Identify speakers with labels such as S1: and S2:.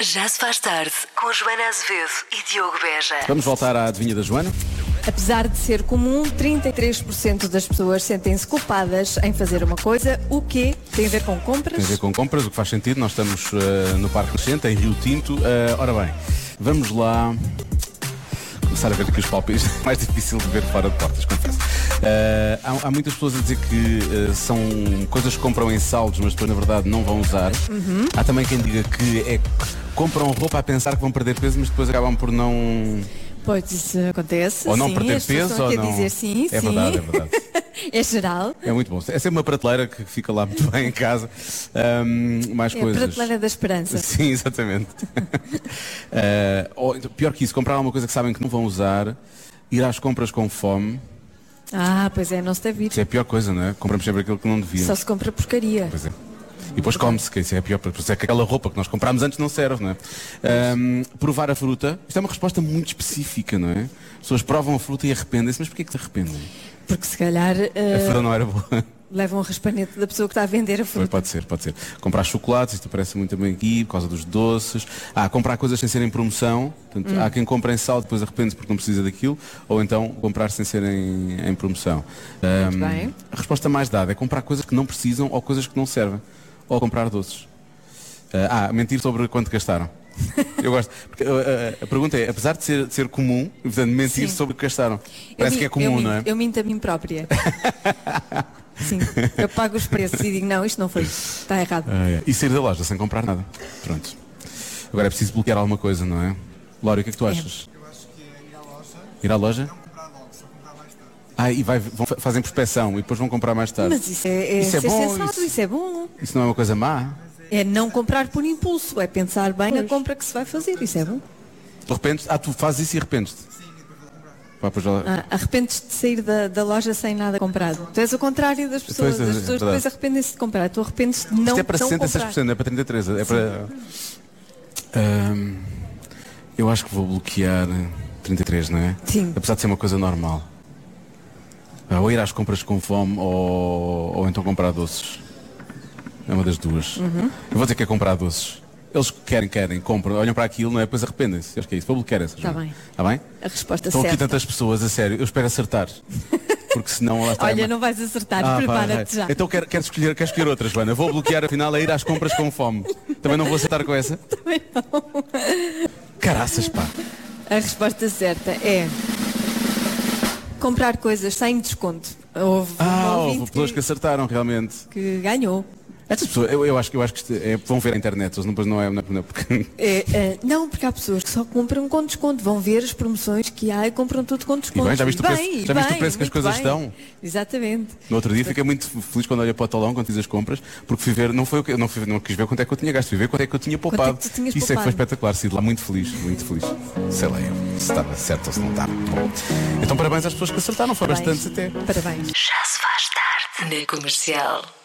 S1: Já se faz tarde com Joana Azevedo e Diogo Beja.
S2: Vamos voltar à adivinha da Joana.
S3: Apesar de ser comum, 33% das pessoas sentem-se culpadas em fazer uma coisa, o que tem a ver com
S2: Tem a ver
S3: compras.
S2: com compras, o que faz sentido. Nós estamos eh, no Parque Nascente, em Rio Tinto. Eh, ora bem, vamos lá começar a ver aqui os palpites. É mais difícil de ver fora de portas, confesso. Eh, há, há muitas pessoas a dizer que eh, são coisas que compram em saldos, mas depois na verdade não vão usar.
S3: Uhum.
S2: Há também quem diga que é compram roupa a pensar que vão perder peso, mas depois acabam por não
S3: Pois isso acontece.
S2: ou não
S3: sim,
S2: perder
S3: as pessoas
S2: peso
S3: estão
S2: ou
S3: aqui a
S2: não.
S3: dizer sim,
S2: é
S3: sim.
S2: verdade, é verdade.
S3: É geral.
S2: É muito bom. É sempre uma prateleira que fica lá muito bem em casa. Ahm, mais
S3: É a
S2: coisas.
S3: prateleira da esperança.
S2: Sim, exatamente. Ah, ou, então, pior que isso, comprar alguma coisa que sabem que não vão usar, ir às compras com fome,
S3: Ah, pois é, não se deve
S2: isso
S3: ir.
S2: é a pior coisa, não é? Compramos sempre aquilo que não devíamos.
S3: Só se compra porcaria.
S2: Pois é. E depois come-se, que isso é a pior, por isso é que aquela roupa que nós comprámos antes não serve, não é? Ahm, provar a fruta, isto é uma resposta muito específica, não é? As pessoas provam a fruta e arrependem-se, mas porquê é que se arrependem?
S3: Porque se calhar
S2: A
S3: eh,
S2: fruta não era boa.
S3: levam um raspanete da pessoa que está a vender a
S2: Pois,
S3: fruta.
S2: pode ser, pode ser. Comprar chocolates, isto aparece muito bem aqui, por causa dos doces. Ah, comprar coisas sem serem promoção. Portanto,
S3: Hum.
S2: Há quem compra em sal, depois arrepende-se porque não precisa daquilo. Ou então, comprar sem ser em, em promoção.
S3: Muito
S2: Ahm,
S3: bem.
S2: A resposta mais dada é comprar coisas que não precisam ou coisas que não servem. Ou comprar doces. Ah, ah, mentir sobre quanto gastaram. Eu gosto. Porque, ah, ah, a pergunta é, apesar de ser, de ser comum, portanto, mentir
S3: Sim.
S2: sobre o que gastaram.
S3: Eu
S2: Parece
S3: min-
S2: que é comum,
S3: eu minto,
S2: não é?
S3: Eu minto a mim própria. Sim, eu pago os preços e digo, não, isto não foi, está errado.
S2: Ah, é. E sair da loja sem comprar nada. Pronto. Agora é preciso bloquear alguma coisa, não é? Lório, o que é que tu achas? Ir à loja? Ah, e vai, vão, fa- fazem prospeção e depois vão comprar mais tarde.
S3: Mas isso é, é
S2: Isso é
S3: ser
S2: bom,
S3: sensato,
S2: isso-
S3: isso... é bom.
S2: Isso não é uma coisa má?
S3: É não comprar por impulso, é pensar bem na compra que se vai fazer, isso é bom.
S2: De repente, ah, tu fazes isso e arrependes-te? Pá, pois lá-
S3: Ah, Arrependes-te de sair da, da loja sem nada comprado. Tu és o contrário das pessoas,
S2: Pois é,
S3: as
S2: é
S3: pessoas
S2: verdade.
S3: depois arrependem-se de comprar, tu arrependes-te de não,
S2: Isto é para
S3: não
S2: 66%,
S3: comprar.
S2: não é para 33%. É para... Ahm, eu acho que vou bloquear 33, não é?
S3: Sim.
S2: Apesar de ser uma coisa normal. Ah, Ou ir às compras com fome ou, ou então comprar doces. É uma das duas.
S3: Uhum.
S2: Eu vou dizer que é comprar doces. Eles querem, querem, compram, olham para aquilo, não é? Depois arrependem-se. Eu acho que é isso. Vou bloquear essas.
S3: Tá
S2: não é?
S3: bem.
S2: Tá bem?
S3: A resposta
S2: Estão aqui
S3: certa.
S2: tantas pessoas, a sério. Eu espero acertar. Porque senão lá está. é
S3: Olha,
S2: uma-
S3: não vais acertar,
S2: ah, pá,
S3: prepara-te
S2: é.
S3: já.
S2: Então quero, quero escolher, quero escolher outras, Joana. Vou bloquear afinal a ir às compras com fome. Também não vou acertar com essa.
S3: Também não.
S2: Caraças, pá. Então-
S3: A resposta certa é comprar coisas sem desconto. Houve
S2: Ah,
S3: um
S2: houve
S3: ouvinte
S2: pessoas que
S3: que,
S2: acertaram realmente.
S3: que ganhou.
S2: Estas pessoas, eu, eu acho, que- eu acho que isto é- vão ver a internet, eles não, pois não é, não é- não é porque.
S3: É, é, não, porque há pessoas que só compram com desconto, vão ver as promoções que há e compram tudo com desconto.
S2: bem, já viste o preço-
S3: Bem,
S2: já viste o
S3: bem,
S2: preço que as
S3: muito
S2: coisas
S3: bem.
S2: estão?
S3: Exatamente.
S2: No outro dia fiquei muito feliz quando olhei para o talão, quando fiz as compras, porque fui ver, não, foi, o que- não, fui- não quis ver quanto é que eu tinha gasto, fui ver quanto é que eu tinha
S3: é que
S2: poupado.
S3: tu tinhas
S2: Isso é que foi
S3: poupado?
S2: espetacular, sido lá muito feliz, muito feliz. Sei lá, eu, se estava certo ou se não estava. Bom, então parabéns às pessoas que acertaram, foram
S3: Parabéns.
S2: bastantes até.
S3: Parabéns.
S1: Já se faz tarde na comercial.